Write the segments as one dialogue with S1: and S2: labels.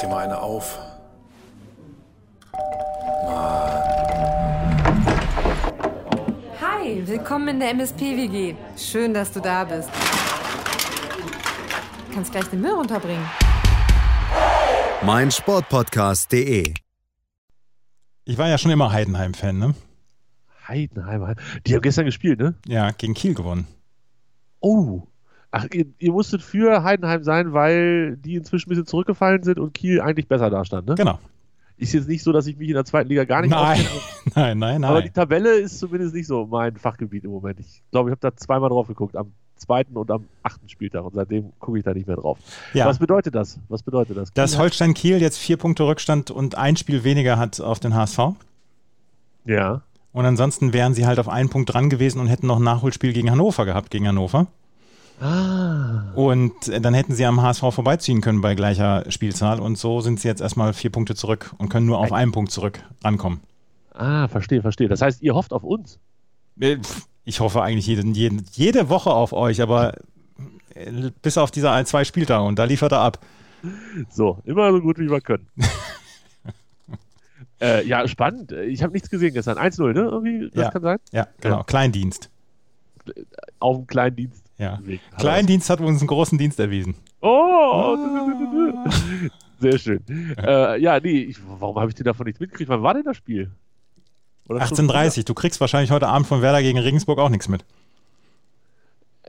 S1: dir mal eine auf.
S2: Hi, willkommen in der MSP-WG. Schön, dass du da bist. Du kannst gleich den Müll runterbringen.
S3: mein Sportpodcast.de.
S4: Ich war ja schon immer Heidenheim-Fan, ne?
S5: Heidenheim, Heidenheim. Die haben gestern gespielt, ne?
S4: Ja, gegen Kiel gewonnen.
S5: Oh. Ach, ihr, ihr musstet für Heidenheim sein, weil die inzwischen ein bisschen zurückgefallen sind und Kiel eigentlich besser dastand, ne?
S4: Genau.
S5: Ist jetzt nicht so, dass ich mich in der zweiten Liga gar nicht
S4: Nein,
S5: auskenne,
S4: nein, nein,
S5: aber die
S4: nein.
S5: Tabelle ist zumindest nicht so mein Fachgebiet im Moment. Ich glaube, ich habe da zweimal drauf geguckt, am zweiten und am achten Spieltag und seitdem gucke ich da nicht mehr drauf.
S4: Ja,
S5: Was bedeutet das? Was bedeutet das?
S4: dass
S5: Kiel-
S4: Holstein Kiel jetzt vier Punkte Rückstand und ein Spiel weniger hat auf den HSV.
S5: ja.
S4: Und ansonsten wären sie halt auf einen Punkt dran gewesen und hätten noch ein Nachholspiel gegen Hannover gehabt, gegen Hannover.
S5: Ah.
S4: Und äh, dann hätten sie am HSV vorbeiziehen können bei gleicher Spielzahl. Und so sind sie jetzt erstmal vier Punkte zurück und können nur auf einen Punkt zurück rankommen.
S5: ah, verstehe, verstehe. Das heißt, ihr hofft auf uns.
S4: Äh, pf, Ich hoffe eigentlich jede, jede, jede Woche auf euch, aber äh, bis auf diese ein, zwei Spieltage und da liefert er ab.
S5: So, immer so gut, wie wir können. äh, ja, spannend. Ich habe nichts gesehen gestern. 1-0, ne? Irgendwie, das
S4: Ja.
S5: kann sein.
S4: Ja, genau.
S5: Ja.
S4: Kleindienst.
S5: Auf dem kleinen Dienst.
S4: Ja. Kleindienst hat uns einen großen Dienst erwiesen.
S5: Oh!
S4: Ah.
S5: Sehr schön. Äh, ja, nee, ich, warum habe ich denn davon nichts mitgekriegt? Wann war denn das Spiel? Oder schon-
S4: 18.30, du kriegst wahrscheinlich heute Abend von Werder gegen Regensburg auch nichts mit.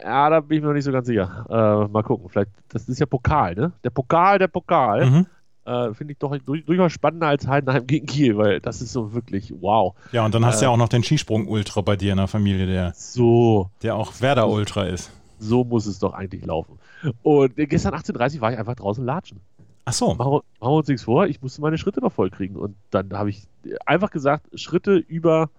S5: Ja, da bin ich mir noch nicht so ganz sicher. Äh, mal gucken, vielleicht, das ist ja Pokal, ne? Der Pokal, der Pokal.
S4: Mhm.
S5: Äh, Finde ich doch durch, durchaus spannender als Heidenheim gegen Kiel, weil das ist so wirklich, wow.
S4: Ja, und dann hast du
S5: Äh.
S4: ja auch noch den Skisprung-Ultra bei dir in der Familie, der,
S5: So,
S4: der auch Werder-Ultra ist.
S5: so muss es doch eigentlich laufen. Und äh, gestern 18.30 war ich einfach draußen latschen.
S4: Ach so.
S5: Machen wir, machen wir uns nichts vor, ich musste meine Schritte noch voll kriegen. Und dann habe ich äh, einfach gesagt, Schritte über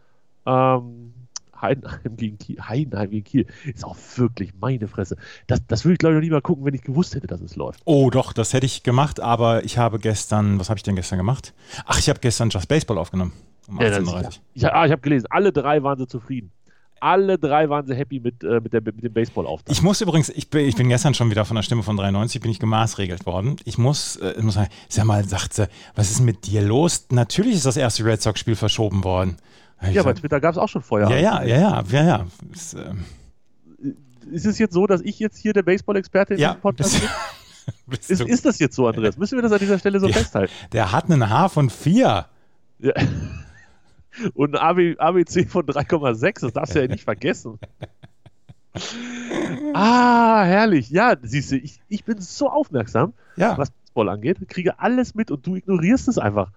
S5: ähm, Heidenheim, gegen Kiel, Heidenheim gegen Kiel. Ist auch wirklich meine Fresse. Das, das würde ich glaube ich noch nie mal gucken, wenn ich gewusst hätte, dass es läuft.
S4: Oh, doch, das hätte ich gemacht, aber ich habe gestern, was habe ich denn gestern gemacht? Ach, ich habe gestern Just Baseball aufgenommen. Um
S5: Ja, das-
S4: 18.30
S5: Ich, ah, ich habe gelesen, alle drei waren sie zufrieden. Alle drei waren sie happy mit, äh, mit, der, mit dem Baseball-Auftrag.
S4: Ich muss übrigens, ich bin, ich bin gestern schon wieder von der Stimme von 93, bin ich gemaßregelt worden. Ich muss, äh, ich muss sagen, sag mal, sagt sie, was ist mit dir los? Natürlich ist das erste Red Sox-Spiel verschoben worden. Hab ich
S5: Ja, bei
S4: gesagt,
S5: Twitter gab es auch schon Feuer.
S4: ja, ja, ja, ja, ja, ja. Ist, ähm,
S5: Ist es jetzt so, dass ich jetzt hier der Baseball-Experte in
S4: ja,
S5: diesem Podcast
S4: bist,
S5: bin?
S4: bist
S5: Ist,
S4: du,
S5: ist das jetzt so, Andreas? Müssen wir das an dieser Stelle so
S4: Ja.
S5: festhalten?
S4: der hat einen Haar von vier.
S5: Ja. Und ein ABC von 3,6, das darfst du ja nicht vergessen. Ah, herrlich. Ja, siehst du, ich, ich bin so aufmerksam,
S4: Ja,
S5: was Baseball angeht, kriege alles mit und du ignorierst es einfach.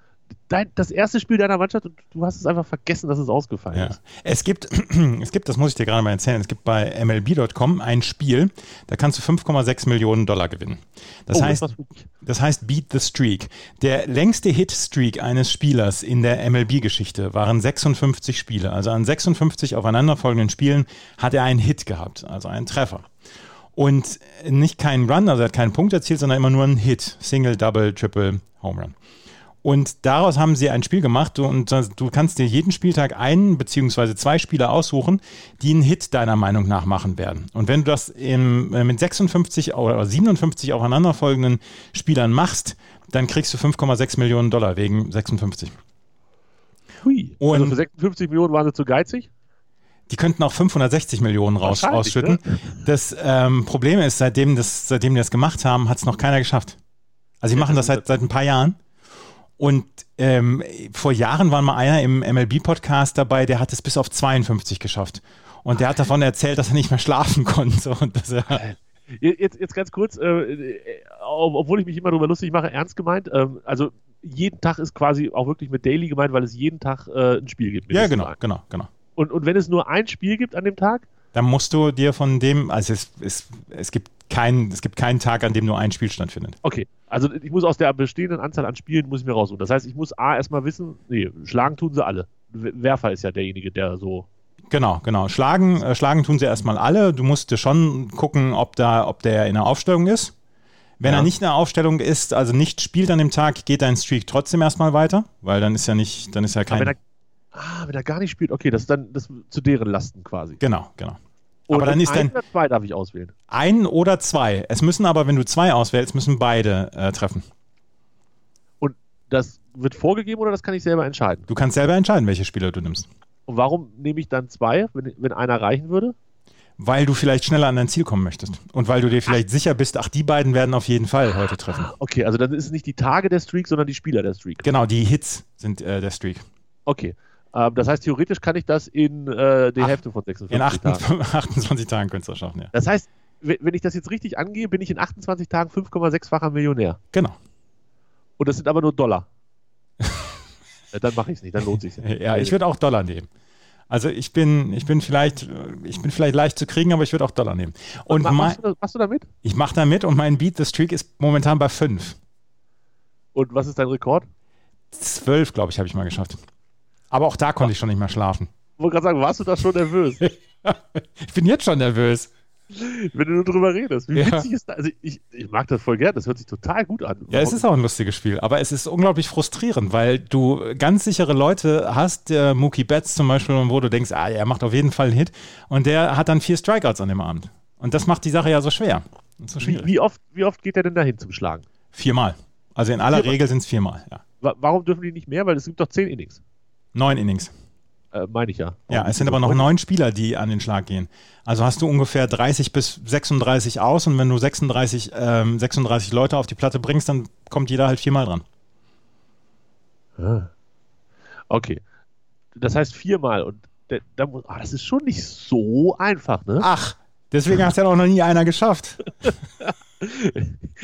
S5: Dein, das erste Spiel deiner Mannschaft und du hast es einfach vergessen, dass es ausgefallen
S4: ja.
S5: ist.
S4: Es gibt, es gibt, das muss ich dir gerade mal erzählen, es gibt bei MLB.com ein Spiel, da kannst du 5,6 Millionen Dollar gewinnen. Das
S5: Oh,
S4: heißt,
S5: das war's.
S4: Das heißt Beat the Streak. Der längste Hit-Streak eines Spielers in der MLB-Geschichte waren 56 Spiele. Also an 56 aufeinanderfolgenden Spielen hat er einen Hit gehabt, also einen Treffer. Und nicht keinen Run, also er hat keinen Punkt erzielt, sondern immer nur einen Hit. Single, Double, Triple, Home Run. Und daraus haben sie ein Spiel gemacht Du- und das- du kannst dir jeden Spieltag einen beziehungsweise zwei Spieler aussuchen, die einen Hit deiner Meinung nach machen werden. Und wenn du das im, äh, mit 56 oder 57 aufeinanderfolgenden Spielern machst, dann kriegst du 5,6 Millionen Dollar wegen 56.
S5: Hui.
S4: Und-
S5: also für 56 Millionen waren sie zu geizig.
S4: Die könnten auch 560 Millionen raus,
S5: Wahrscheinlich,
S4: ausschütten. Das ähm, Problem ist, seitdem, das, seitdem die das gemacht haben, hat es noch keiner geschafft. Also die machen das seit, seit ein paar Jahren. Und ähm, vor Jahren war mal einer im MLB-Podcast dabei, der hat es bis auf 52 geschafft. Und der hat davon erzählt, dass er nicht mehr schlafen konnte. Und äh, dass er,
S5: Jetzt, jetzt ganz kurz, äh, äh, ob- obwohl ich mich immer darüber lustig mache, ernst gemeint. Ähm, also jeden Tag ist quasi auch wirklich mit Daily gemeint, weil es jeden Tag äh, ein Spiel gibt.
S4: ja,
S5: mindestens
S4: genau,
S5: ein.
S4: genau, genau.
S5: Und, und wenn es nur ein Spiel gibt an dem Tag,
S4: Dann musst du dir von dem, also es, es, es, gibt keinen, es gibt keinen Tag, an dem nur ein Spiel stattfindet.
S5: okay. Also ich muss aus der bestehenden Anzahl an Spielen muss ich mir raussuchen. Das heißt, ich muss A erstmal wissen, nee, schlagen tun sie alle. W- Werfer ist ja derjenige, der so.
S4: Genau, genau. Schlagen, äh, schlagen tun sie erstmal alle. Du musst dir schon gucken, ob, da, ob der in der Aufstellung ist. Wenn
S5: Ja.
S4: er nicht in der Aufstellung ist, also nicht spielt an dem Tag, geht dein Streak trotzdem erstmal weiter, weil dann ist ja nicht, dann ist ja
S5: Aber
S4: kein.
S5: wenn er, ah, wenn er gar nicht spielt, okay, das ist dann das zu deren Lasten quasi.
S4: Genau, genau. Aber dann ist
S5: ein
S4: dein-
S5: oder zwei darf ich auswählen.
S4: Ein oder zwei. Es müssen aber, wenn du zwei auswählst, müssen beide äh, treffen.
S5: Das wird vorgegeben oder das kann ich selber entscheiden?
S4: Du kannst selber entscheiden, welche Spieler du nimmst.
S5: Und warum nehme ich dann zwei, wenn, wenn einer reichen würde?
S4: Weil du vielleicht schneller an dein Ziel kommen möchtest. Und weil du dir vielleicht sicher bist, ach, die beiden werden auf jeden Fall heute treffen.
S5: Okay, also dann ist es nicht die Tage der Streak, sondern die Spieler der Streak.
S4: Genau, die Hits sind äh, der Streak.
S5: Okay. Ähm, das heißt, theoretisch kann ich das in äh, die
S4: Ach,
S5: Hälfte von 56
S4: In
S5: Tagen.
S4: 28, 28 Tagen könntest du das schaffen, ja.
S5: Das heißt, we- wenn ich das jetzt richtig angehe, bin ich in 28 Tagen 5,6-facher Millionär.
S4: Genau.
S5: Und das sind aber nur Dollar. ja, dann mache ich es nicht, dann lohnt sich
S4: Ja, ich würde auch Dollar nehmen. Also ich bin, ich bin vielleicht, ich bin vielleicht leicht zu kriegen, aber ich würde auch Dollar nehmen. Und mein,
S5: machst, du das, machst du damit?
S4: ich mache da mit und mein Beat the Streak ist momentan bei 5.
S5: Und was ist dein Rekord?
S4: 12, glaube ich, habe ich mal geschafft. Aber auch da konnte ich schon nicht mehr schlafen.
S5: Ich wollte gerade sagen, warst du da schon nervös,
S4: Ich bin jetzt schon nervös.
S5: wenn du nur drüber redest? Wie
S4: Ja.
S5: witzig ist das? Also ich, ich mag das voll gern, das hört sich total gut an.
S4: Ja, es ist auch ein lustiges Spiel, aber es ist unglaublich frustrierend, weil du ganz sichere Leute hast, der Mookie Betts zum Beispiel, wo du denkst, ah, er macht auf jeden Fall einen Hit und der hat dann vier Strikeouts an dem Abend. Und das macht die Sache ja so schwer und so
S5: wie,
S4: schwierig.
S5: wie, oft, wie oft geht der denn dahin zum Schlagen?
S4: Viermal. Also in aller
S5: Viermal.
S4: Regel sind es viermal, ja.
S5: Wa- Warum dürfen die nicht mehr? Weil es gibt doch 10 Innings.
S4: Neun Innings.
S5: Äh, Meine ich ja.
S4: Ja, es sind aber noch neun Spieler, die an den Schlag gehen. Also hast du ungefähr 30 bis 36 aus und wenn du 36, ähm, 36 Leute auf die Platte bringst, dann kommt jeder halt viermal dran.
S5: Ah. Okay. Das heißt viermal und da, da muss, ah, das ist schon nicht so einfach, ne?
S4: Ach, deswegen hat es ja auch noch nie einer geschafft.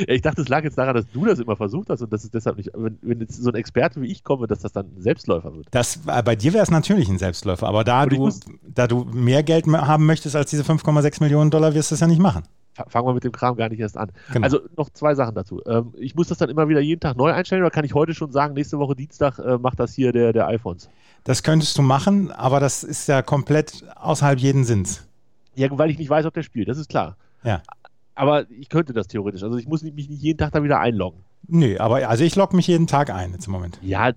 S5: Ich dachte, es lag jetzt daran, dass du das immer versucht hast und dass es deshalb nicht, wenn, wenn jetzt so ein Experte wie ich komme, dass das dann ein Selbstläufer wird.
S4: Das, äh, bei dir wäre es natürlich ein Selbstläufer, aber da
S5: Und ich
S4: du,
S5: muss-
S4: da du mehr Geld me- haben möchtest als diese 5,6 Millionen Dollar, wirst du es ja nicht machen.
S5: Fa- Fangen wir mit dem Kram gar nicht erst an.
S4: Genau.
S5: Also noch zwei Sachen dazu. Ähm, ich muss das dann immer wieder jeden Tag neu einstellen oder kann ich heute schon sagen, nächste Woche Dienstag äh, macht das hier der, der iPhones?
S4: Das könntest du machen, aber das ist ja komplett außerhalb jeden Sinns.
S5: Ja, weil ich nicht weiß, ob der spielt, das ist klar.
S4: Ja.
S5: Aber ich könnte das theoretisch. Also ich muss nicht- mich nicht jeden Tag da wieder einloggen.
S4: Nö, aber also ich logge mich jeden Tag ein jetzt im Moment.
S5: Ja,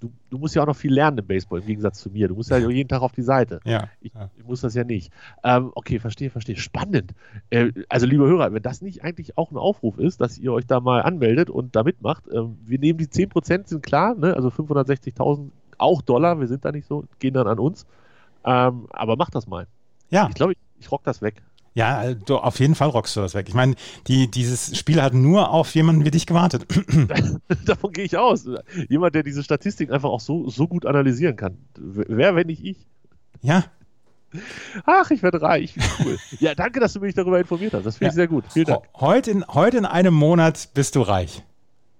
S5: du, du musst ja auch noch viel lernen im Baseball, im Gegensatz zu mir. Du musst ja jeden Tag auf die Seite.
S4: Ja.
S5: Ich,
S4: Ja.
S5: ich muss das ja nicht. Ähm, okay, verstehe, verstehe. Spannend. Äh, also, liebe Hörer, wenn das nicht eigentlich auch ein Aufruf ist, dass ihr euch da mal anmeldet und da mitmacht, ähm, wir nehmen die 10%, sind klar, ne? also 560.000, auch Dollar, wir sind da nicht so, gehen dann an uns. Ähm, aber macht das mal.
S4: Ja.
S5: Ich glaube, ich, ich rock das weg.
S4: Ja, du, auf jeden Fall rockst du das weg. Ich meine, die, dieses Spiel hat nur auf jemanden wie dich gewartet.
S5: Davon gehe ich aus. Jemand, der diese Statistik einfach auch so, so gut analysieren kann. W- Wer, wenn nicht ich?
S4: ja,
S5: Ach, ich werde reich. Wie cool. ja, danke, dass du mich darüber informiert hast. Das finde ich
S4: Ja.
S5: sehr gut. Vielen Dank.
S4: Ho- heute in, heute in einem Monat bist du reich.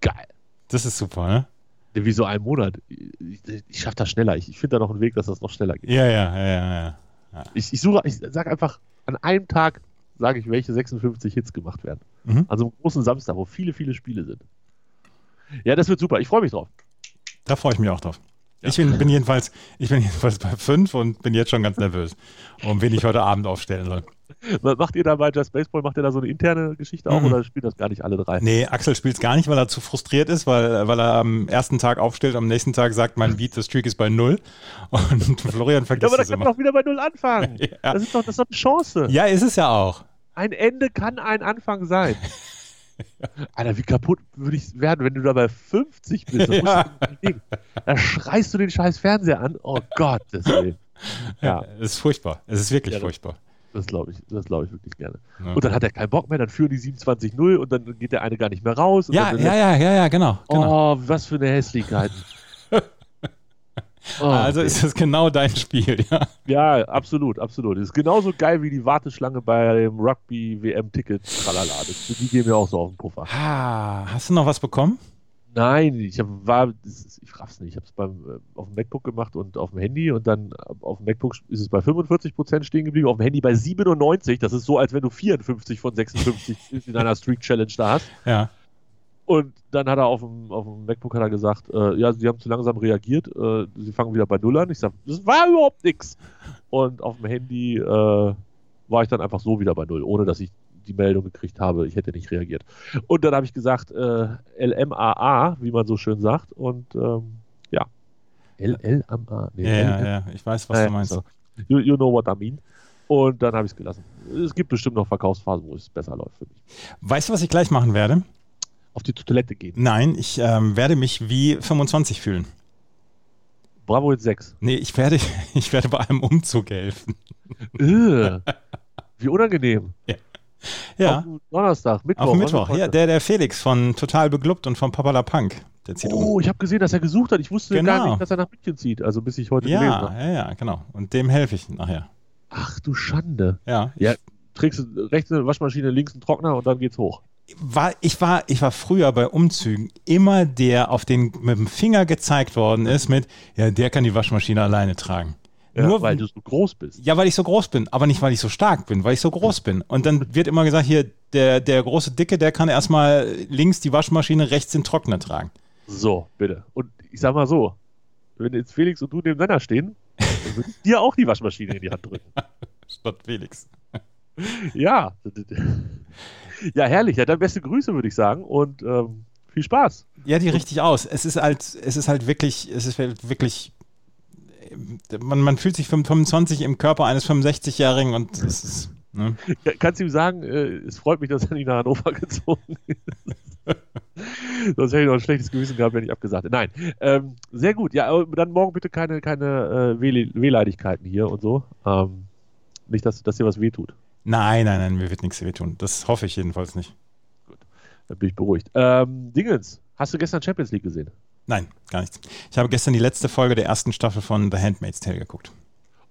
S5: Geil.
S4: Das ist super, ne?
S5: Ne, Wie so ein Monat. Ich, ich, ich schaffe das schneller. Ich, ich finde da noch einen Weg, dass das noch schneller geht.
S4: Ja, ja, ja, ja. ja.
S5: Ich, ich suche, ich sage einfach, an einem Tag sage ich, welche 56 Hits gemacht werden.
S4: Mhm.
S5: Also einem großen Samstag, wo viele, viele Spiele sind. Ja, das wird super. Ich freue mich drauf.
S4: Da freue ich mich auch drauf. Ich bin, bin, jedenfalls, ich bin jedenfalls bei fünf und bin jetzt schon ganz nervös, um wen ich heute Abend aufstellen soll.
S5: Ma- Macht ihr da bei Just Baseball, macht ihr da so eine interne Geschichte auch
S4: Mhm.
S5: oder spielen das gar nicht alle drei?
S4: Nee, Axel spielt es gar nicht, weil er zu frustriert ist, weil, weil er am ersten Tag aufstellt, am nächsten Tag sagt, mein Beat, das Streak ist bei null. Und Florian
S5: Ja,
S4: vergisst
S5: aber da
S4: es
S5: kann
S4: immer.
S5: man doch wieder bei Null anfangen.
S4: Ja.
S5: Das, ist doch, das ist doch eine Chance.
S4: ja, ist es ja auch.
S5: Ein Ende kann ein Anfang sein. Alter, wie kaputt würde ich werden, wenn du da bei 50 bist? Das musst du
S4: Ja.
S5: dir überlegen. Da schreist du den scheiß Fernseher an. Oh Gott, das, Ja.
S4: Es ist furchtbar. Es ist wirklich
S5: Ja, das-
S4: furchtbar.
S5: das glaube ich, das glaube ich wirklich gerne.
S4: Ja.
S5: Und dann hat er keinen Bock mehr, dann führen die 27-0 und dann geht der eine gar nicht mehr raus. Und
S4: Ja,
S5: dann,
S4: ja, ja, ja, ja, genau. genau.
S5: Oh, was für eine Hässlichkeit. Oh,
S4: also ist das genau dein Spiel, ja.
S5: ja, absolut, absolut. Ist genauso geil wie die Warteschlange bei dem Rugby-WM-Ticket. Tralala. Das- Die gehen mir auch so auf den Puffer.
S4: Ah, hast du noch was bekommen?
S5: Nein, ich hab, war, das ist, ich raff's nicht. Ich habe es beim äh, auf dem MacBook gemacht und auf dem Handy und dann ab- auf dem MacBook ist es bei 45% stehen geblieben, auf dem Handy bei 97. Das ist so, als wenn du 54 von 56 in einer Streak Challenge da hast.
S4: Ja.
S5: Und dann hat er auf dem, auf dem MacBook hat er gesagt, äh, ja, sie haben zu langsam reagiert, äh, sie fangen wieder bei Null an. Ich sag, das war überhaupt nix. Und auf dem Handy äh, war ich dann einfach so wieder bei Null, ohne dass ich die Meldung gekriegt habe, ich hätte nicht reagiert. Und dann habe ich gesagt, äh, LMAA, wie man so schön sagt, und ähm, ja. LLMA, nee,
S4: Ja, ja, ja. Ich weiß, was
S5: äh,
S4: du meinst.
S5: so. You, you know what I mean. Und dann habe ich es gelassen. Es gibt bestimmt noch Verkaufsphasen, wo es besser läuft für mich.
S4: Weißt du, was ich gleich machen werde?
S5: auf die Toilette gehen.
S4: Nein, ich ähm, werde mich wie 25 fühlen.
S5: Bravo jetzt 6.
S4: Nee, ich werde, ich werde bei einem Umzug helfen.
S5: Äh, Wie unangenehm.
S4: Ja,
S5: Auf Donnerstag, Mittwoch.
S4: auf,
S5: wann
S4: Mittwoch.
S5: war's
S4: Ja,
S5: heute?
S4: der, der Felix von Total Beglubbt und von Papala Punk. Der zieht um.
S5: oh, ich habe gesehen, dass er gesucht hat. Ich wusste gar
S4: Genau.
S5: nicht, dass er nach München zieht. Also bis ich heute gelesen
S4: Ja,
S5: habe.
S4: ja, ja, genau. Und dem helfe ich nachher.
S5: Ach du Schande.
S4: Ja.
S5: Ja. Trägst du rechts eine Waschmaschine, links einen Trockner und dann geht's hoch.
S4: War, ich, war, ich war früher bei Umzügen immer der, auf den mit dem Finger gezeigt worden ist, mit, ja, der kann die Waschmaschine alleine tragen.
S5: Ja,
S4: Nur
S5: weil du so groß bist.
S4: Ja, weil ich so groß bin, aber nicht, weil ich so stark bin, weil ich so groß bin. Und dann wird immer gesagt, hier, der, der große Dicke, der kann erstmal links die Waschmaschine, rechts den Trockner tragen.
S5: So, bitte. Und ich sag mal so, wenn jetzt Felix und du nebeneinander stehen, dann würde ich dir auch die Waschmaschine in die Hand drücken.
S4: Statt Felix.
S5: Ja. Ja, herrlich. Ja, dann beste Grüße, würde ich sagen. Und ähm, viel Spaß.
S4: Ja, die richtig aus. Es ist halt, es ist halt wirklich, es ist halt wirklich, man, man fühlt sich 25 im Körper eines 65-Jährigen und es ist, ne?
S5: Ja, Kannst du ihm sagen, äh, es freut mich, dass er nicht nach Hannover gezogen ist. Sonst hätte ich noch ein schlechtes Gewissen gehabt, wenn ich abgesagt hätte. Nein, ähm, sehr gut. Ja, aber dann morgen bitte keine, keine äh, Wehl- Wehleidigkeiten hier und so. Ähm, nicht, dass, dass dir was wehtut.
S4: Nein, nein, nein, mir wird nichts wehtun. Das hoffe ich jedenfalls nicht.
S5: Dann bin ich beruhigt. Ähm, Dingens, hast du gestern Champions League gesehen?
S4: Nein, gar nichts. Ich habe gestern die letzte Folge der ersten Staffel von The Handmaid's Tale geguckt.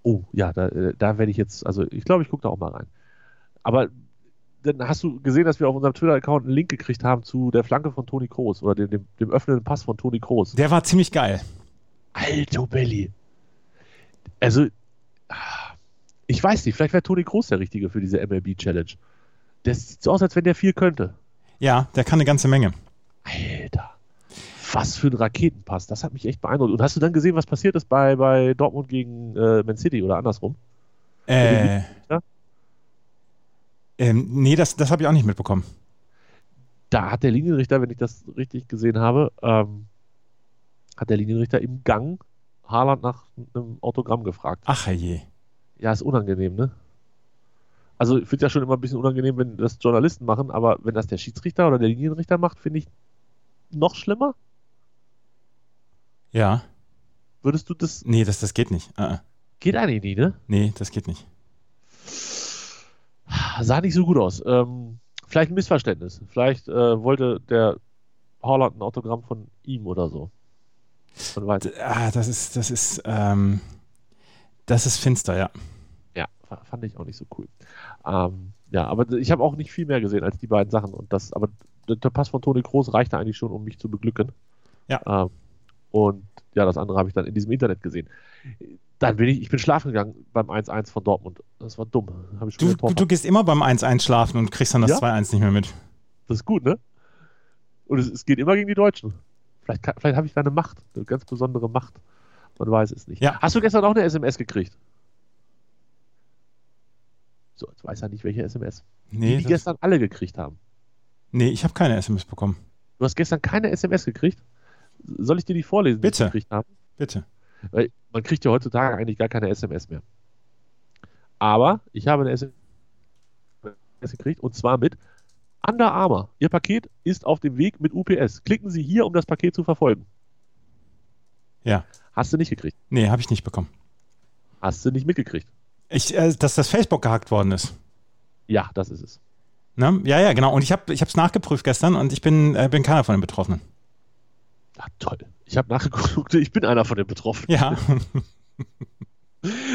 S5: Oh, ja, da, äh, da werde ich jetzt, also ich glaube, ich gucke da auch mal rein. Aber dann hast du gesehen, dass wir auf unserem Twitter-Account einen Link gekriegt haben zu der Flanke von Toni Kroos oder dem, dem, dem öffnenden Pass von Toni Kroos.
S4: Der war ziemlich geil.
S5: Alto Belli. Also, ah, ich weiß nicht, vielleicht wäre Toni Kroos der Richtige für diese MLB-Challenge. Das sieht so aus, als wenn der viel könnte.
S4: Ja, der kann eine ganze Menge.
S5: Alter. Was für ein Raketenpass. Das hat mich echt beeindruckt. Und hast du dann gesehen, was passiert ist bei, bei Dortmund gegen äh, Man City oder andersrum?
S4: Äh,
S5: Ja?
S4: ähm, nee, das, das habe ich auch nicht mitbekommen.
S5: Da hat der Linienrichter, wenn ich das richtig gesehen habe, ähm, hat der Linienrichter im Gang Haaland nach einem Autogramm gefragt.
S4: Ach je.
S5: Ja, ist unangenehm, ne? Also ich finde ja schon immer ein bisschen unangenehm, wenn das Journalisten machen, aber wenn das der Schiedsrichter oder der Linienrichter macht, finde ich noch schlimmer.
S4: Ja.
S5: Würdest du das...
S4: Nee, das, das geht nicht. Ah, ah.
S5: Geht eigentlich nie, ne?
S4: nee, das geht nicht.
S5: Sah nicht so gut aus. Ähm, vielleicht ein Missverständnis. Vielleicht äh, wollte der Holland ein Autogramm von ihm oder so. Man weiß.
S4: D- Ah, das ist, das ist, ähm, das ist finster, ja.
S5: Ja, fa- fand ich auch nicht so cool. Ähm, ja, aber ich habe auch nicht viel mehr gesehen als die beiden Sachen. Und das, aber der, der Pass von Toni Kroos reichte eigentlich schon, um mich zu beglücken.
S4: Ja.
S5: Ähm, und ja, das andere habe ich dann in diesem Internet gesehen. Dann bin ich, ich bin schlafen gegangen beim 1-1 von Dortmund. Das war dumm. Hab ich schon
S4: Du,
S5: wieder Tor
S4: du, du gehst immer beim 1-1 schlafen und kriegst dann das
S5: Ja?
S4: 2-1 nicht mehr mit.
S5: Das ist gut, ne? Und es, es geht immer gegen die Deutschen. Vielleicht, kann- vielleicht habe ich da eine Macht, eine ganz besondere Macht. Man weiß es nicht.
S4: Ja.
S5: Hast du gestern auch eine SMS gekriegt? So, jetzt weiß er nicht, welche SMS. Die,
S4: Nee,
S5: die
S4: das,
S5: gestern alle gekriegt haben.
S4: nee ich habe keine SMS bekommen.
S5: Du hast gestern keine SMS gekriegt? Soll ich dir die vorlesen, die
S4: Bitte.
S5: ich gekriegt habe?
S4: Bitte.
S5: Weil man kriegt ja heutzutage eigentlich gar keine SMS mehr. Aber ich habe eine SMS gekriegt und zwar mit Under Armour. Ihr Paket ist auf dem Weg mit UPS. Klicken Sie hier, um das Paket zu verfolgen.
S4: Ja.
S5: Hast du nicht gekriegt.
S4: Nee, habe ich nicht bekommen.
S5: Hast du nicht mitgekriegt.
S4: Ich, äh, dass das Facebook gehackt worden ist.
S5: Ja, das ist es.
S4: Ne? Ja, ja, genau. Und ich habe es nachgeprüft gestern und ich bin, äh, bin keiner von den Betroffenen.
S5: Ach, toll. Ich habe nachgeguckt, ich bin einer von den Betroffenen.
S4: Ja.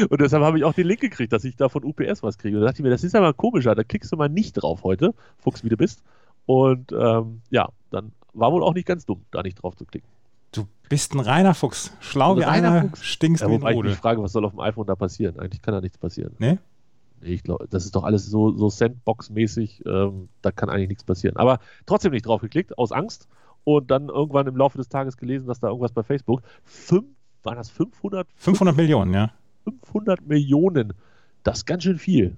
S5: Und deshalb habe ich auch den Link gekriegt, dass ich da von UPS was kriege. Und da dachte ich mir, das ist ja mal komischer, da klickst du mal nicht drauf heute, Fuchs, wie du bist. Und ähm, ja, dann war wohl auch nicht ganz dumm, da nicht drauf zu klicken.
S4: Du bist ein reiner Fuchs. Schlau
S5: Ein
S4: wie
S5: reiner
S4: einer,
S5: Fuchs.
S4: stinkst
S5: Ja,
S4: wie ein
S5: wobei ich mich
S4: Rudel.
S5: frage, was soll auf dem iPhone da passieren? Eigentlich kann da nichts passieren.
S4: Nee?
S5: Nee, Ich glaube, das ist doch alles so, so Sandbox-mäßig, ähm, da kann eigentlich nichts passieren. Aber trotzdem nicht drauf geklickt, aus Angst. Und dann irgendwann im Laufe des Tages gelesen, dass da irgendwas bei Facebook. Fünf, waren das 500,
S4: 500 Millionen, ja.
S5: 500 Millionen? Das ist ganz schön viel.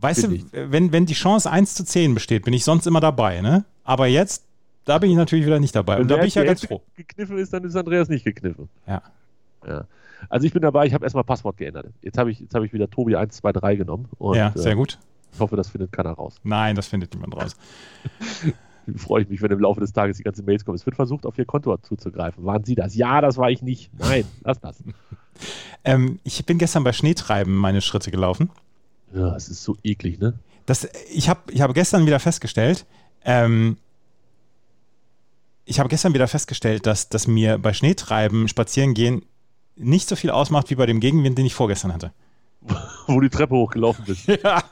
S4: Weißt
S5: Bin ich.
S4: du, wenn, wenn die Chance 1 zu 10 besteht, bin ich sonst immer dabei, ne? Aber jetzt, da bin ich natürlich wieder nicht dabei. Und da
S5: Wer
S4: bin ich ja
S5: die
S4: ganz
S5: Hälfte
S4: froh.
S5: gekniffen ist, dann ist Andreas nicht gekniffen.
S4: Ja.
S5: Ja. Also ich bin dabei, ich habe erstmal Passwort geändert. Jetzt habe ich, jetzt habe ich wieder Tobi 123 genommen. Und
S4: ja,
S5: äh,
S4: sehr gut.
S5: ich hoffe, das findet keiner raus.
S4: Nein, das findet niemand raus.
S5: freue ich mich, wenn im Laufe des Tages die ganzen Mails kommen. Es wird versucht, auf ihr Konto zuzugreifen. Waren Sie das? Ja, das war ich nicht. Nein, lass das.
S4: Ähm, ich bin gestern bei Schneetreiben meine Schritte gelaufen.
S5: Ja, es ist so eklig, ne?
S4: Das, ich habe ich hab gestern wieder festgestellt, ähm, ich habe gestern wieder festgestellt, dass, dass mir bei Schneetreiben Spazierengehen nicht so viel ausmacht wie bei dem Gegenwind, den ich vorgestern hatte.
S5: Wo du die Treppe hochgelaufen bist.
S4: Ja.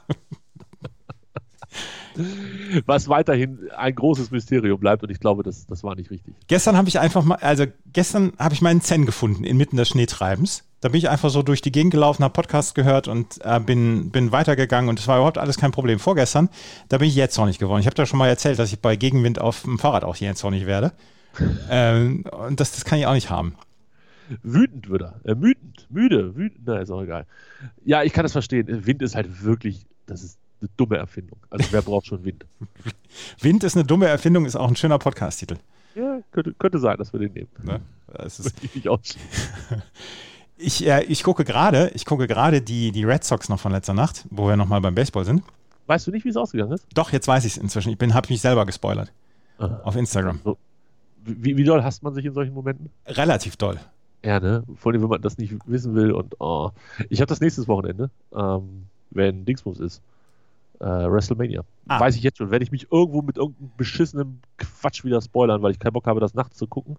S5: Was weiterhin ein großes Mysterium bleibt und ich glaube, das, das war nicht richtig.
S4: Gestern habe ich einfach mal, also gestern habe ich meinen Zen gefunden inmitten des Schneetreibens. Da bin ich einfach so durch die Gegend gelaufen, habe Podcasts gehört und äh, bin, bin weitergegangen und es war überhaupt alles kein Problem. Vorgestern, da bin ich jetzt zornig geworden. Ich habe da schon mal erzählt, dass ich bei Gegenwind auf dem Fahrrad auch jetzt zornig werde. ähm, und das, das kann ich auch nicht haben.
S5: Wütend wird er. Äh, wütend, müde, wütend. Na, ist auch egal. Ja, ich kann das verstehen. Wind ist halt wirklich, das ist eine dumme Erfindung. Also wer braucht schon Wind?
S4: Wind ist eine dumme Erfindung, ist auch ein schöner Podcast-Titel.
S5: Ja, könnte, könnte sein, dass wir den nehmen.
S4: Ne? Es ist,
S5: Möchte ich nicht ausschließen.
S4: ich, äh, ich gucke gerade, ich gucke gerade die, die Red Sox noch von letzter Nacht, wo wir nochmal beim Baseball sind.
S5: Weißt du nicht, wie es ausgegangen ist?
S4: Doch, jetzt weiß ich es inzwischen. Ich habe mich selber gespoilert.
S5: Ah.
S4: Auf Instagram.
S5: So. Wie, wie doll hasst man sich in solchen Momenten?
S4: Relativ doll.
S5: Ja, ne? Vor allem, wenn man das nicht wissen will und oh. Ich habe das nächstes Wochenende, ähm, wenn Dingsbums ist. Äh, WrestleMania.
S4: Ah.
S5: Weiß ich jetzt schon. Werde ich mich irgendwo mit irgendeinem beschissenen Quatsch wieder spoilern, weil ich keinen Bock habe, das nachts zu gucken.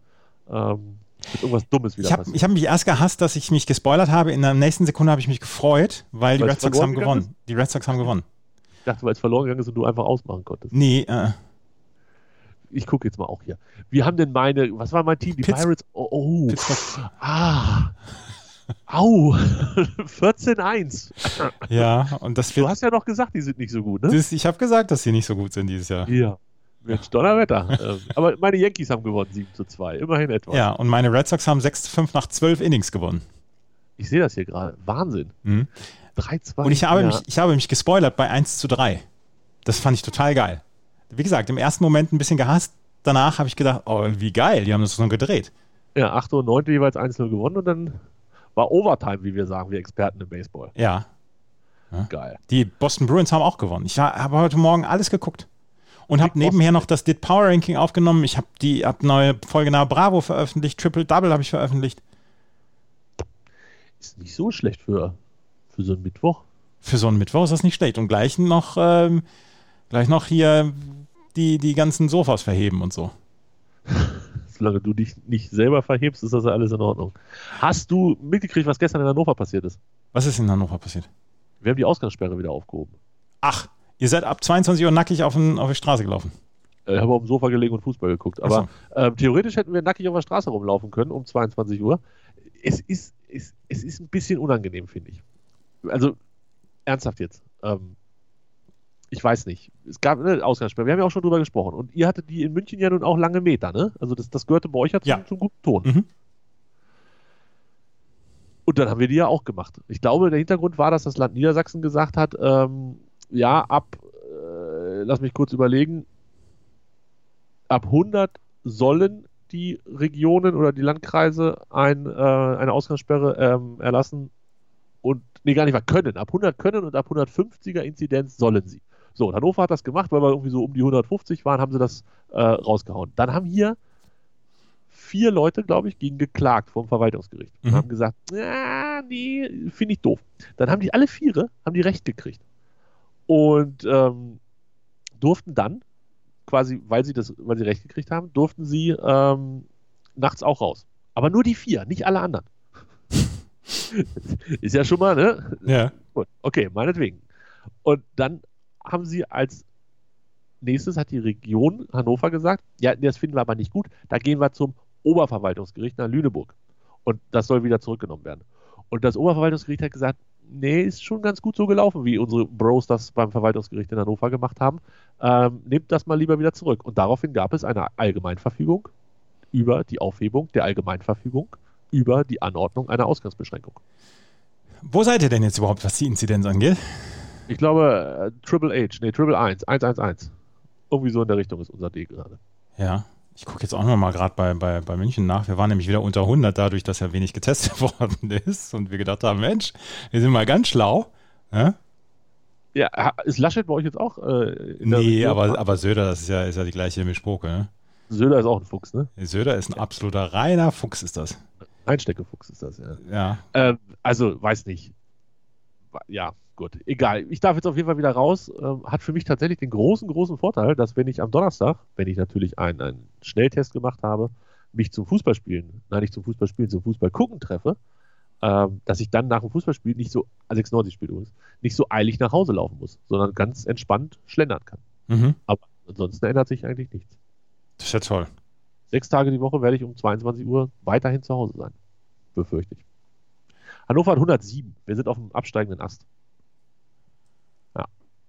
S5: Ähm, wird irgendwas Dummes wieder
S4: Ich habe
S5: passieren.
S4: ich hab mich erst gehasst, dass ich mich gespoilert habe. In der nächsten Sekunde habe ich mich gefreut, weil die
S5: Weil
S4: Red
S5: es
S4: Sox
S5: verloren
S4: haben
S5: gegangen
S4: gewonnen. Die Red Sox haben gewonnen.
S5: Ich dachte, weil es verloren gegangen ist und du einfach ausmachen konntest.
S4: Nee, äh,
S5: Ich gucke jetzt mal auch hier. Wir haben denn meine, was war mein Team? Die
S4: Pitts-
S5: Pirates. Oh, oh.
S4: Pittsburgh.
S5: Ah. Au. 14-1.
S4: ja, und das
S5: Du
S4: wird.
S5: hast ja noch gesagt, die sind nicht so gut, ne?
S4: Das, ich habe gesagt, dass sie nicht so gut sind dieses Jahr.
S5: Ja. Mensch, Donnerwetter. Ähm, Aber meine Yankees haben gewonnen, 7 zu 2. Immerhin etwas.
S4: Ja, und meine Red Sox haben 6 zu 5 nach 12 Innings gewonnen.
S5: Ich sehe das hier gerade. Wahnsinn.
S4: Mhm.
S5: 3-2.
S4: Und ich habe,
S5: ja.
S4: mich, ich habe mich gespoilert bei 1 zu 3. Das fand ich total geil. Wie gesagt, im ersten Moment ein bisschen gehasst. Danach habe ich gedacht, oh, wie geil, die haben das so gedreht.
S5: Ja, 8. und 9. jeweils 1-0 gewonnen und dann war Overtime, wie wir sagen, wir Experten im Baseball.
S4: Ja,
S5: Geil.
S4: die Boston Bruins haben auch gewonnen. Ich ha- habe heute Morgen alles geguckt. Und habe
S5: Boston.
S4: nebenher noch das Dit Power Ranking aufgenommen. Ich habe die hab neue Folge nach Bravo veröffentlicht. Triple Double habe ich veröffentlicht.
S5: Ist nicht so schlecht für, für so einen Mittwoch.
S4: Für so einen Mittwoch ist das nicht schlecht. Und gleich noch, ähm, gleich noch hier die, die ganzen Sofas verheben und so.
S5: Solange du dich nicht selber verhebst, ist das ja alles in Ordnung. Hast du mitgekriegt, was gestern in Hannover passiert ist?
S4: Was ist in Hannover passiert?
S5: Wir haben die Ausgangssperre wieder aufgehoben.
S4: Ach, ihr seid ab 22 Uhr nackig auf, den, auf die Straße gelaufen.
S5: Äh, Ich habe auf dem Sofa gelegen und Fußball geguckt. Aber ähm, theoretisch hätten wir nackig auf der Straße rumlaufen können um 22 Uhr. Es ist, es, es ist ein bisschen unangenehm, finde ich. Also, ernsthaft jetzt. Ähm, ich weiß nicht. Es gab eine Ausgangssperre. Wir haben ja auch schon drüber gesprochen. Und ihr hattet die in München ja nun auch lange Meter, ne? Also, das, das gehörte bei euch ja zum,
S4: Ja.
S5: zum guten Ton.
S4: Mhm.
S5: Und dann haben wir die ja auch gemacht. Ich glaube, der Hintergrund war, dass das Land Niedersachsen gesagt hat, ähm, ja, ab, äh, lass mich kurz überlegen, ab 100 sollen die Regionen oder die Landkreise ein, äh, eine Ausgangssperre ähm, erlassen und, nee, gar nicht wahr, können. Ab 100 können und ab 150er Inzidenz sollen sie. So, und Hannover hat das gemacht, weil wir irgendwie so um die 150 waren, haben sie das äh, rausgehauen. Dann haben hier vier Leute, glaube ich, gegen geklagt vom Verwaltungsgericht und
S4: Mhm.
S5: haben gesagt, "Ah, nee, finde ich doof. Dann haben die alle Viere, haben die Recht gekriegt und ähm, durften dann quasi, weil sie das, weil sie Recht gekriegt haben, durften sie ähm, nachts auch raus. Aber nur die vier, nicht alle anderen. Ist ja schon mal, ne?
S4: Ja.
S5: Gut, okay, meinetwegen. Und dann haben sie als nächstes hat die Region Hannover gesagt, ja, das finden wir aber nicht gut, da gehen wir zum Oberverwaltungsgericht nach Lüneburg. Und das soll wieder zurückgenommen werden. Und das Oberverwaltungsgericht hat gesagt, nee, ist schon ganz gut so gelaufen, wie unsere Bros das beim Verwaltungsgericht in Hannover gemacht haben. Ähm, nehmt das mal lieber wieder zurück. Und daraufhin gab es eine Allgemeinverfügung über die Aufhebung der Allgemeinverfügung über die Anordnung einer Ausgangsbeschränkung.
S4: Wo seid ihr denn jetzt überhaupt, was die Inzidenz angeht?
S5: Ich glaube, äh, Triple H, nee, Triple 1, 111. Irgendwie so in der Richtung ist unser D gerade.
S4: Ja. Ich gucke jetzt auch nochmal gerade bei, bei, bei München nach. Wir waren nämlich wieder unter 100, dadurch, dass ja wenig ne? getestet worden ist. Und wir gedacht haben, Mensch, wir sind mal ganz schlau. Ja?
S5: Ja, ha- ist Laschet bei euch jetzt auch? Äh, in der
S4: Nee,
S5: Regierung?
S4: aber, aber Söder, das ist ja, ist ja die gleiche Mischpoke. Ne?
S5: Söder ist auch ein Fuchs, ne?
S4: Söder ist ein absoluter reiner Fuchs, ist das.
S5: Einsteckefuchs ist das, ja.
S4: Ja.
S5: Ähm, also, weiß nicht. Wa- Ja, gut, egal. Ich darf jetzt auf jeden Fall wieder raus. Ähm, hat für mich tatsächlich den großen, großen Vorteil, dass wenn ich am Donnerstag, wenn ich natürlich einen, einen Schnelltest gemacht habe, mich zum Fußballspielen, nein, nicht zum Fußballspielen, zum Fußball gucken treffe, ähm, dass ich dann nach dem Fußballspiel nicht so, Alex Nordi spielt übrigens, nicht so eilig nach Hause laufen muss, sondern ganz entspannt schlendern kann.
S4: Mhm.
S5: Ansonsten ändert sich eigentlich nichts.
S4: Das ist ja toll.
S5: Sechs Tage die Woche werde ich um 22 Uhr weiterhin zu Hause sein. Befürchte ich. Hannover hat 107. Wir sind auf dem absteigenden Ast.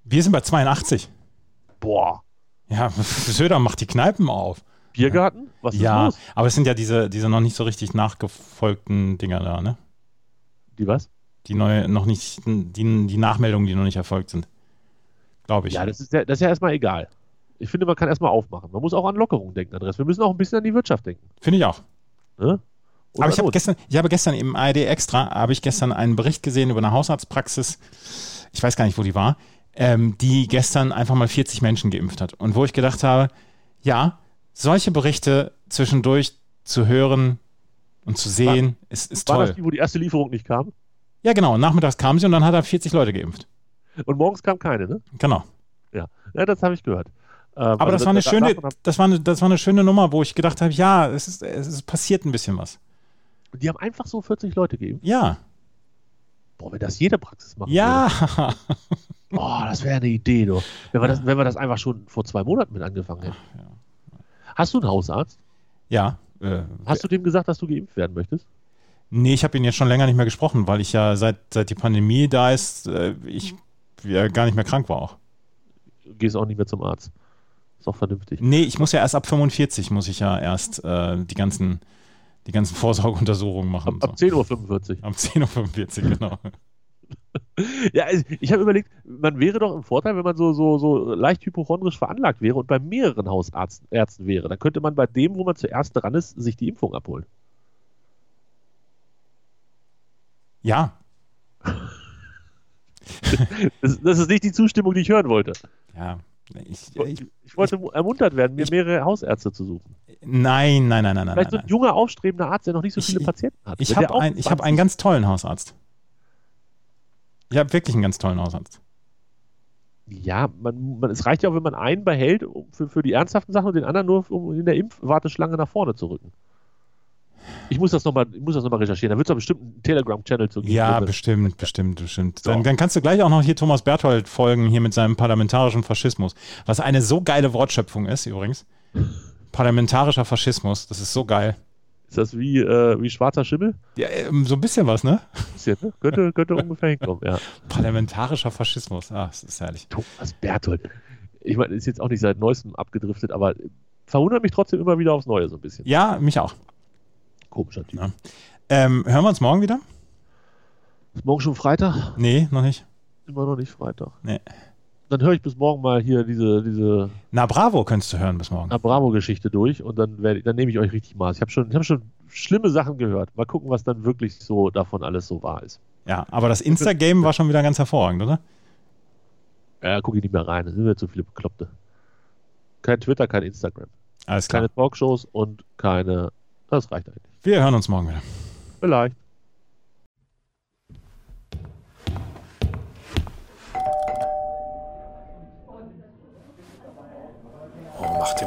S4: Wir sind bei 82.
S5: Boah.
S4: Ja, Söder macht die Kneipen auf.
S5: Biergarten? Was ist
S4: ja,
S5: los?
S4: aber es sind ja diese, diese noch nicht so richtig nachgefolgten Dinger da, ne?
S5: Die was?
S4: Die neue, noch nicht, die, die Nachmeldungen, die noch nicht erfolgt sind. Glaube ich.
S5: Ja, das ist ja, das ist ja erstmal egal. Ich finde, man kann erstmal aufmachen. Man muss auch an Lockerungen denken, Andreas. Wir müssen auch ein bisschen an die Wirtschaft denken.
S4: Finde ich auch.
S5: Ne? Und
S4: Aber ich
S5: an
S4: habe
S5: uns.
S4: gestern, ich habe gestern im ARD Extra, habe ich gestern einen Bericht gesehen über eine Hausarztpraxis. Ich weiß gar nicht, wo die war, ähm, die gestern einfach mal 40 Menschen geimpft hat. Und wo ich gedacht habe, ja, solche Berichte zwischendurch zu hören und zu sehen, ist, ist
S5: War
S4: toll.
S5: das die, wo die erste Lieferung nicht kam?
S4: Ja, genau. Nachmittags kam sie und dann hat er 40 Leute geimpft.
S5: Und morgens kam keine, ne?
S4: Genau.
S5: Ja, das habe ich gehört. Ähm,
S4: Aber
S5: also
S4: das war eine
S5: da-
S4: schöne,
S5: davon
S4: das war eine, das war eine schöne Nummer, wo ich gedacht habe, ja, es ist, es ist passiert ein bisschen was.
S5: haben- Die haben einfach so 40 Leute gegeben.
S4: Ja.
S5: Boah, wenn das jede Praxis macht.
S4: Ja.
S5: Boah, das wäre eine Idee, du. Wenn wir, das, wenn wir das einfach schon vor zwei Monaten mit angefangen hätten. Hast du einen Hausarzt?
S4: Ja. Äh,
S5: Hast du dem gesagt, dass du geimpft werden möchtest?
S4: nee, ich habe ihn jetzt schon länger nicht mehr gesprochen, weil ich ja seit, seit die Pandemie da ist, äh, ich ja, gar nicht mehr krank war auch.
S5: Gehst auch nicht mehr zum Arzt. Ist auch vernünftig.
S4: Nee, ich muss ja erst ab 45 muss ich ja erst äh, die ganzen, die ganzen Vorsorgeuntersuchungen machen. und
S5: Ab
S4: so.
S5: 10.45 Uhr.
S4: Ab 10.45 Uhr, genau.
S5: Ja, also ich habe überlegt, man wäre doch im Vorteil, wenn man so, so, so leicht hypochondrisch veranlagt wäre und bei mehreren Hausärzten Ärzten wäre. Dann könnte man bei dem, wo man zuerst dran ist, sich die Impfung abholen.
S4: Ja,
S5: Das, das ist nicht die Zustimmung, die ich hören wollte.
S4: ja. Ich, ich,
S5: Ich, wollte ermuntert werden, mir
S4: ich-
S5: mehrere Hausärzte zu suchen.
S4: nein, nein, nein, nein, nein.
S5: Vielleicht so
S4: nein.
S5: ein junger, aufstrebender Arzt, der noch nicht so
S4: Ich-
S5: viele
S4: ich-
S5: Patienten hat.
S4: Ich
S5: Also Wenn der
S4: habe
S5: auch
S4: ein, ich hab
S5: 20
S4: einen ganz tollen Hausarzt. Ich habe wirklich einen ganz tollen Hausarzt.
S5: Ja, man, man, es reicht ja auch, wenn man einen behält um, für, für die ernsthaften Sachen und den anderen nur um in der Impfwarteschlange nach vorne zu rücken. Ich muss das nochmal noch mal recherchieren. Da wird es doch bestimmt einen Telegram-Channel zu geben.
S4: Ja,
S5: Wo wir-
S4: bestimmt, bestimmt, bestimmt.
S5: So.
S4: Dann, dann kannst du gleich auch noch hier Thomas Berthold folgen, hier mit seinem parlamentarischen Faschismus. Was eine so geile Wortschöpfung ist, übrigens. Parlamentarischer Faschismus, das ist so geil.
S5: Ist das wie, äh, wie schwarzer Schimmel?
S4: Ja, ähm, so ein bisschen was, ne?
S5: Bisschen, ne? Könnte, könnte ungefähr hinkommen, ja.
S4: Parlamentarischer Faschismus, ah, das ist herrlich.
S5: Thomas Berthold. Ich meine, ist jetzt auch nicht seit neuestem abgedriftet, aber verwundert mich trotzdem immer wieder aufs Neue so ein bisschen.
S4: Ja, mich auch.
S5: Komischer Typ.
S4: Ja. Ähm, hören wir uns morgen wieder?
S5: Ist morgen schon Freitag?
S4: Nee, noch nicht.
S5: Immer noch nicht Freitag.
S4: Nee.
S5: Dann höre ich bis morgen mal hier diese, diese
S4: Na, bravo, könntest du hören bis morgen.
S5: einer Bravo-Geschichte durch und dann, werde ich- dann nehme ich euch richtig Maß. Ich habe schon, ich hab schon schlimme Sachen gehört. Mal gucken, was dann wirklich so davon alles so wahr ist.
S4: Ja, aber das Insta-Game war schon wieder ganz hervorragend, oder?
S5: Ja, gucke ich nicht mehr rein. Da sind wir zu viele Bekloppte. Kein Twitter, kein Instagram.
S4: Alles klar.
S5: Keine Talkshows und keine. Das reicht eigentlich.
S4: Wir hören uns morgen wieder.
S5: Vielleicht.
S1: Oh, mach dir